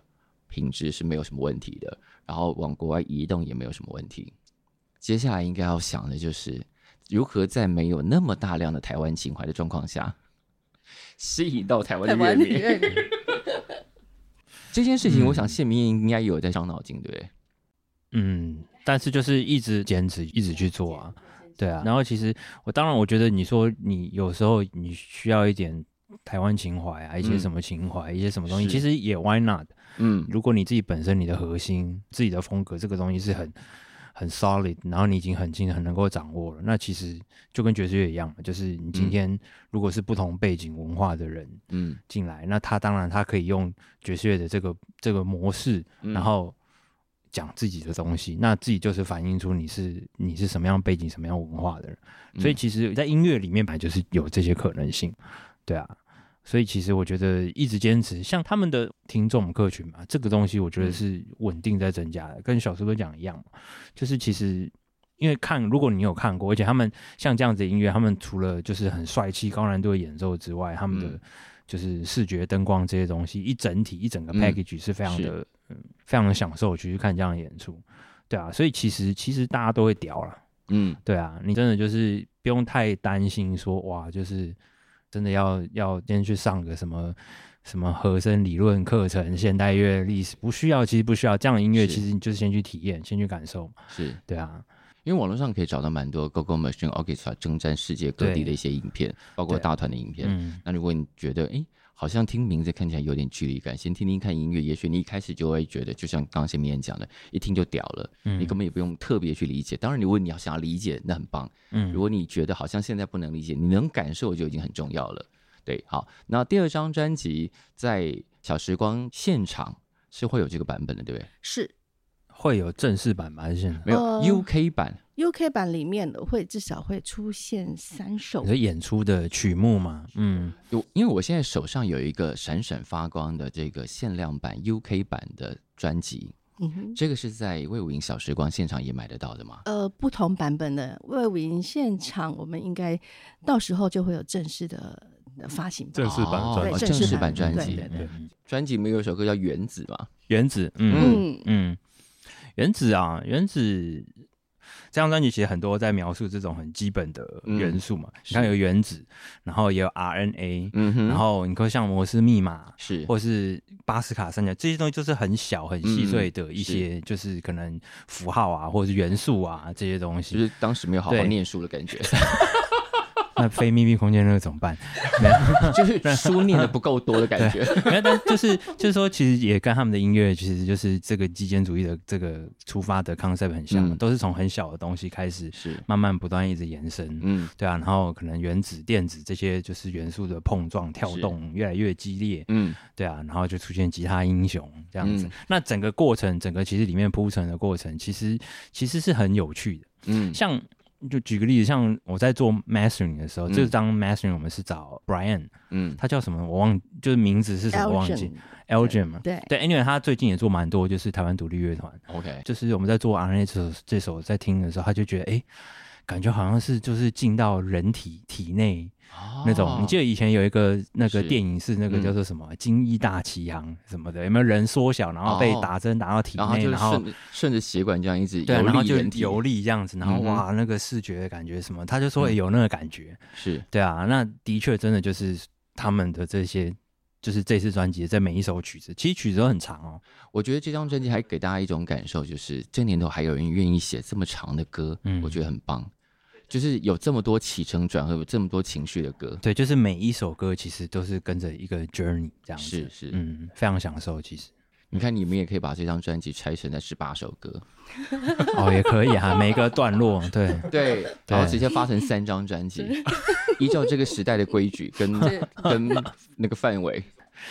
品质是没有什么问题的，然后往国外移动也没有什么问题。接下来应该要想的就是如何在没有那么大量的台湾情怀的状况下，吸引到台湾的
台
乐
湾
迷。
人
这件事情，我想谢明应该也有在伤脑筋，对不对？
嗯，但是就是一直坚持，一直去做啊，对啊。然后其实我当然我觉得你说你有时候你需要一点台湾情怀啊，一些
嗯
什么情怀，一些什么东西，
是
其实也 why not？
嗯，
如果你自己本身你的核心、自己的风格这个东西是很很 solid，然后你已经很清很能够掌握了，那其实就跟爵士乐一样嘛，就是你今
嗯
天如果是不同背景文化的人
嗯，
进来，那他当然他可以用爵士乐的这个这个模式，
嗯
然后讲自己的东西，那自己就是反映出你是你是什么样背景、什么样文化的人。所以
嗯
其实，在音乐里面本来就是有这些可能性，对啊。所以其实我觉得一直坚持，像他们的听众客群嘛，这个东西我
嗯
觉得是稳定在增加的，跟小师哥讲一样嘛，就是其实。因为看，如果你有看过，而且他们像这样子的音乐，他们除了就是很帅气、高难度的演奏之外，他们的
嗯
就是视觉、灯光这些东西，一整体、一整个
嗯
package 是非常的、嗯非常的享受去看这样的演出，对啊，所以其实其实大家都会屌啦，
嗯，
对啊，你真的就是不用太担心说哇，就是真的要要先去上个什么什么和声理论课程、现代乐历史，不需要，其实不需要这样的音乐，
是
其实你就是先去体验，先去感受，
是
对啊，
因为网络上可以找到蛮多 g o g o Machine Orchestra 征战世界各地的一些影片，包括
对
大团的影片。
嗯。
那如果你觉得，诶，好像听名字看起来有点距离感，先听听看音乐，也许你一开始就会觉得，就像刚刚前面讲的，一听就屌了，
嗯
你根本也不用特别去理解。当然，如果你要想要理解，那很棒。
嗯
如果你觉得好像现在不能理解，你能感受就已经很重要了。对，好，那第二张专辑在小时光现场是会有这个版本的，对不对？
是
会有正式版吗？还是现场
没有、
呃
UK 版，
UK 版里面的会至少会出现三首
你说演出的曲目嘛？嗯，
有，因为我现在手上有一个闪闪发光的这个限量版 UK 版的专辑，
嗯哼，
这个是在魏武营小时光现场也买得到的吗？
呃，不同版本的魏武营现场，我们应该到时候就会有正式的呃发行吧
正。式版
哦
专
对
哦
正
正
式
式
版
版专
对
辑，
对对
专辑里面有一首歌叫《原子》嘛，
嗯原子，嗯
嗯，
嗯，原子啊，原子这张专辑其实很多在描述这种很基本的
嗯
元素嘛。你看有原子，然后也有 RNA，、
嗯哼，
然后你看像摩斯密码，
是嗯
或是巴斯卡三角这些东西，就是很小很细碎的一些，就是可能符号啊，或者是元素啊这些东西。
就是当时没有好好
对
念书的感觉，
那非秘密空间那个怎么办？
就是书念的不够多的感觉，
没有，但就是就是说，其实也跟他们的音乐，其实就是这个极简主义的这个出发的 concept 很像，
嗯
都是从很小的东西开始，
是，
慢慢不断一直延伸。
嗯
对啊，然后可能原子、电子这些就是元素的碰撞、跳动越来越激烈，
嗯
对啊，然后就出现吉他英雄这样子。
嗯
那整个过程，整个其实里面铺陈的过程，其实其实是很有趣的。
嗯，
像就举个例子，像我在做 mastering 的时候，
嗯
这张 mastering 我们是找 Brian，
嗯
他叫什么我忘，就是名字是什么忘记。
Elgin，
Elgin 嘛，
对
对，Anyway，他最近也做蛮多，就是台湾独立乐团，
，OK，
就是我们在做 RNA 这首这首在听的时候，他就觉得哎、诶感觉好像是就是进到人体体内那种。你记
得
得以前有一个那个
哦是
电影是那个
嗯
叫做什么《金翼大奇航》什么的，有没有人缩小然后被
哦
打针打到体
然后
内，
就是
然后
顺着顺着血管这样一直
对，啊
游
然后
历
就
人体，
游历这样子，然后
嗯哼
哇那个视觉的感觉什么，他就说、
嗯
诶有那个感觉，
是
对啊，那的确真的就是他们的这些。就是这次专辑在每一首曲子，其实曲子都很长哦，
我觉得这张专辑还给大家一种感受，就是这年头还有人愿意写这么长的歌，
嗯
我觉得很棒。就是有这么多起承转合，有这么多情绪的歌，
对，就是每一首歌其实都是跟着一个 journey 这样子，
是是
嗯，非常享受。其实
你看你们也可以把这张专辑拆成那十八首 歌，
哦，也可以啊，每个段落，对，
对，然后直接发成三张专辑， 依照这个时代的规矩跟
对
跟那个范围，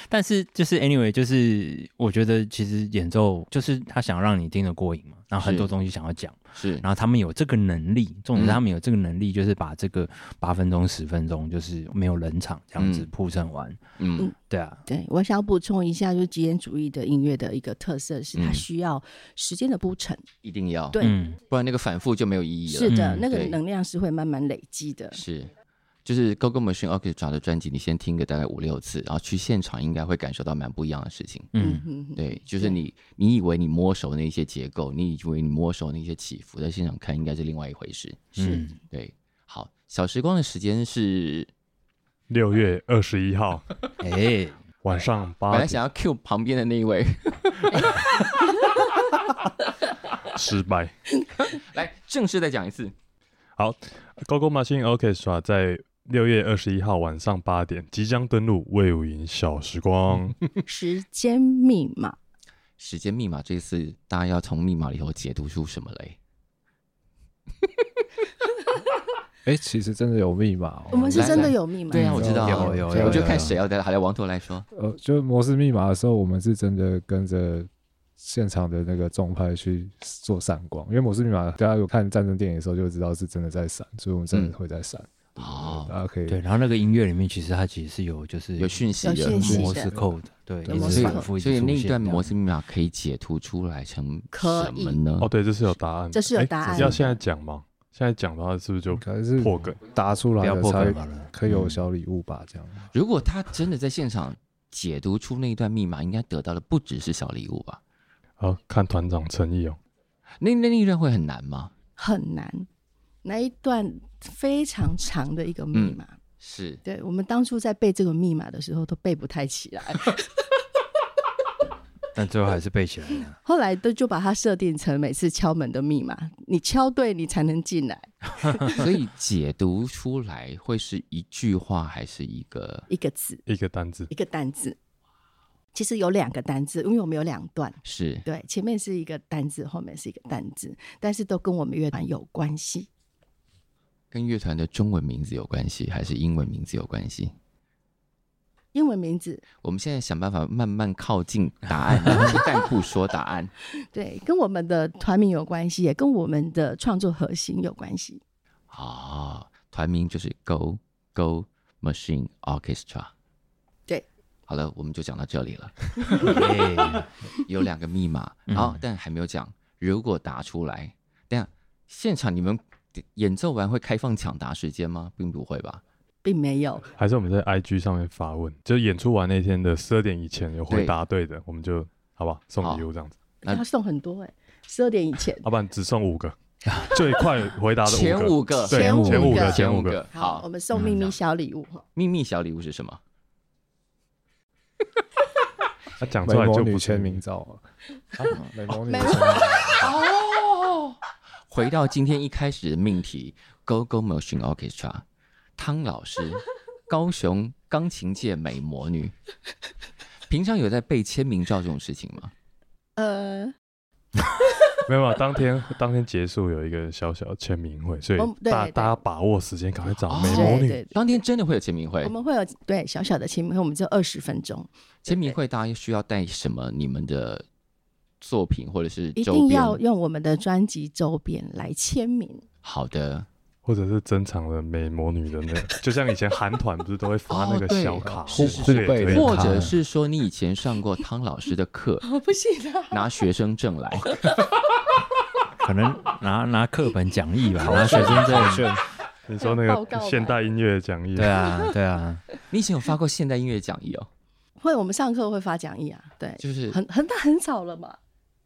但是就是 anyway，就是我觉得其实演奏就是他想让你听得过瘾嘛，然后很
是
多东西想要讲，
是
然后他们有这个能力，重点是
嗯
他们有这个能力，就是把这个八分钟、十分钟，就是没有冷场这样子
嗯
铺陈完，
嗯
对啊，
对，我想要补充一下，就是极简主义的音乐的一个特色是它
嗯
需要时间的铺陈，
一定要，
对
嗯，
不然那个反复就没有意义了。
是的，
嗯
那个
对
能量是会慢慢累积的。嗯
是，就是 g o g o Machine Orchestra 的专辑，你先听个大概五六次，然后去现场应该会感受到蛮不一样的事情。
嗯，
嗯，
对，就是你，你以为你摸熟那些结构，你以为你摸熟那些起伏，在现场看应该是另外一回事。
是
嗯
对，好，小时光的时间是，
六月二十一号
哎、
晚上
本
八
来
点，
想要 Q 旁边的那一位，
失败。
来正式再讲一次。
Gogo Machine Orchestra 在六月二十一号晚上八点即将登陆魏武营小时光。
嗯
时间密码
时间密码这次大家要从密码里头解读出什么来？
哎、其实真的有密码、哦，
我们是
来
真的
来
有密码，
对啊，我知道啊，
有有有
我就
有
看
有
谁要带，好来王头来说，
呃，就是摩斯密码的时候，我们是真的跟着现场的那个众派去做闪光，因为摩斯密码大家有看战争电影的时候就知道是真的在闪，所以我们真的会在闪。对
哦
大家可以
对，然后那个音乐里面其实它其实是有就是
有讯息
有
的
讯息
摩
的
斯 code，对，
对
一
摩
直
斯
反
code
复，一
所
直
以
出
那一
现
段
这样
摩斯密码可以解读出来成
可
什么呢？
哦，对，这是有答案的，
这是有
诶
答案
要
的
现在讲吗？现在讲的话，是不是就
可能
嗯
是
破梗？
答出来
不要
的
破
才
梗好了。
可以有小礼物吧？这样
如果他真的在现场解读出那一段密码，应该得到的不只是小礼物吧？
好，啊看团长诚意哦。
那那那一段会很难吗？
很难，那一段非常长的一个
嗯
密码。
是
对我们当初在背这个密码的时候，都背不太起来，
但最后还是背起来 了。
后来都就把它设定成每次敲门的密码，你敲对你才能进来，
所以解读出来会是一句话还是一个？
一个字
一个单字，
一个单字。其实有两个单字，因为我们有两段，
是
对，前面是一个单字，后面是一个单字，但是都跟我们乐团有关系。
跟乐团的中文名字有关系，还是英文名字有关系？
英文名字
我们现在想办法慢慢靠近答案，然后但不说答案。
对，跟我们的团名有关系，也跟我们的创作核心有关系。
哦，团名就是 Go Go Machine Orchestra。
对，
好了，我们就讲到这里了。
耶
有两个密码，
嗯
然后但还没有讲，如果答出来，等一下现场你们演奏完会开放抢答时间吗？并不会吧？
并没有，
还是我们在 IG 上面发问，就是演出完那天的十二点以前有回答对的，我们就好吧送礼物这样子，
那
他送很多哎、十二点以前。
要不然只送五个，最快回答的
前
五
五个，
对
前五
前
个
个，
前
前
五
个，
个。
好，我
好，
们送秘密小礼物哈。
秘密小礼物是什么？
他啊讲
美
出来
魔
就
女
不
签
签
名
名，
照啊，美魔女
美
签
魔
名照
回到今天一开始的命题，Go Go Motion Orchestra，汤老 师，高雄钢琴界美魔女。平常有在背签名照这种事情吗？
呃，
没有，没有当天当天结束有一个小小的签名会，所以
哦对
大
对
大家把握时间，赶快找
哦
美魔
对
女，
对，对
当天真的会有签名会
我，们会有对小小的签名会，我们只有二十分钟，
签名会大家需要带什么？你们的作品或者是
一
周
定
边？
要用我们的专辑周边来签名。
好的，
或者是珍藏了美魔女的 那个，就像以前韩团不是都会发那
哦
个
对
小卡，
是
这个也
是是
可以
对
或
他
者是说你以前上过汤老师的 课，
哦，不 行啊，
拿学生证来，
可能拿拿课本讲义吧，拿学生 证。
你说那
报告
个
吧
现代音乐讲义，
对啊，对啊，
你以前有发过现代音乐讲义哦，
会我们上课会发讲义啊，对，
就是
很很大很少了嘛，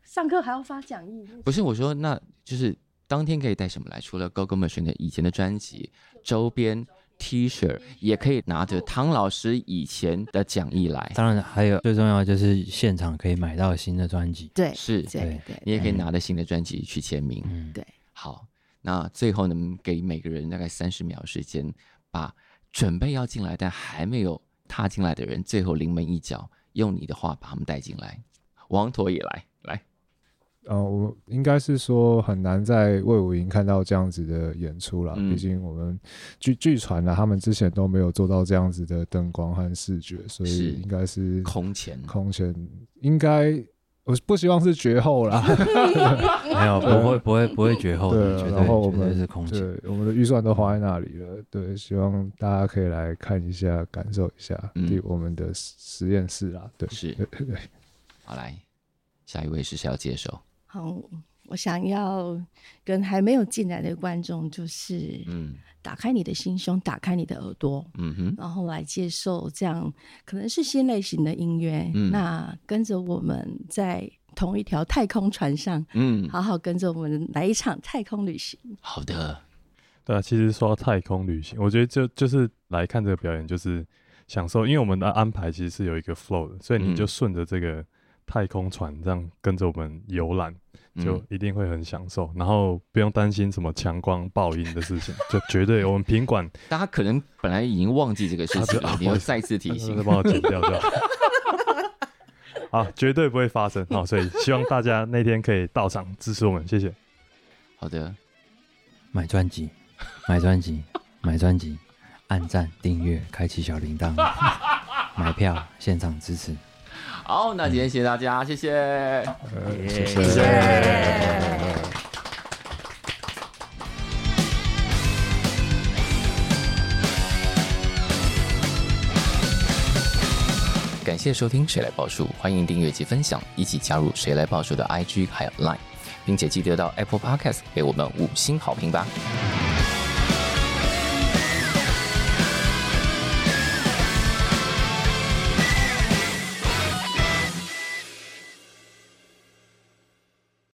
上课还要发讲义，
不是我说，那就是当天可以带什么来？除了 GoGo Machine 的以前的专辑周边 T 恤，也可以拿着汤老师以前的讲义来，
当然还有最重要的就是现场可以买到新的专辑。
对，
是
对对
你也可以拿着新的专辑去签名。
嗯，
对，
好，那最后能给每个人大概三十秒时间，把准备要进来但还没有踏进来的人，最后临门一脚，用你的话把他们带进来。王驼也来，来，
呃，我应该是说很难在魏武营看到这样子的演出啦。
嗯
毕竟我们据据传啊啦，他们之前都没有做到这样子的灯光和视觉，所
是
以应该是
嗯空前
空前，应该我不希望是绝后啦。
没有不会不会不会绝后的，
啊对啊
绝
然后
对
我
绝对
们
是空姐。
对，我们的预算都花在那里了。对，希望大家可以来看一下，感受一下，
嗯
第我们的实实验室啦。对，
是
对对对。
好来，下一位是谁要接手？
好，我想要跟还没有进来的观众，就是
嗯
打开你的心胸，打开你的耳朵，
嗯哼，
然后来接受这样可能是新类型的音乐。
嗯
那跟着我们在同一条太空船上，
嗯，
好好跟着我们来一场太空旅行。
好的，
对啊，其实说到太空旅行，我觉得就就是来看这个表演，就是享受，因为我们的安排其实是有一个 flow 的，所以你
嗯
就顺着这个太空船这样跟着我们游览，就
嗯
一定会很享受，然后不用担心什么强光爆音的事情，就绝对我们品管
大家可能本来已经忘记这个事情
啊
了，
对
你要再次 提
啊
醒
再。帮我剪掉就好。好，绝对不会发生。好，所以希望大家那天可以到场支持我们，谢谢。
好的，
买专辑，买专辑，买专辑，按赞、订阅、开启小铃铛，买票现场支持。
好，那今天谢谢大家，谢呃谢。
谢谢。
感谢收听《谁来报数》，欢迎订阅及分享，一起加入《谁来报数》的 IG 还有 Line，并且记得到 Apple Podcast 给我们五星好评吧。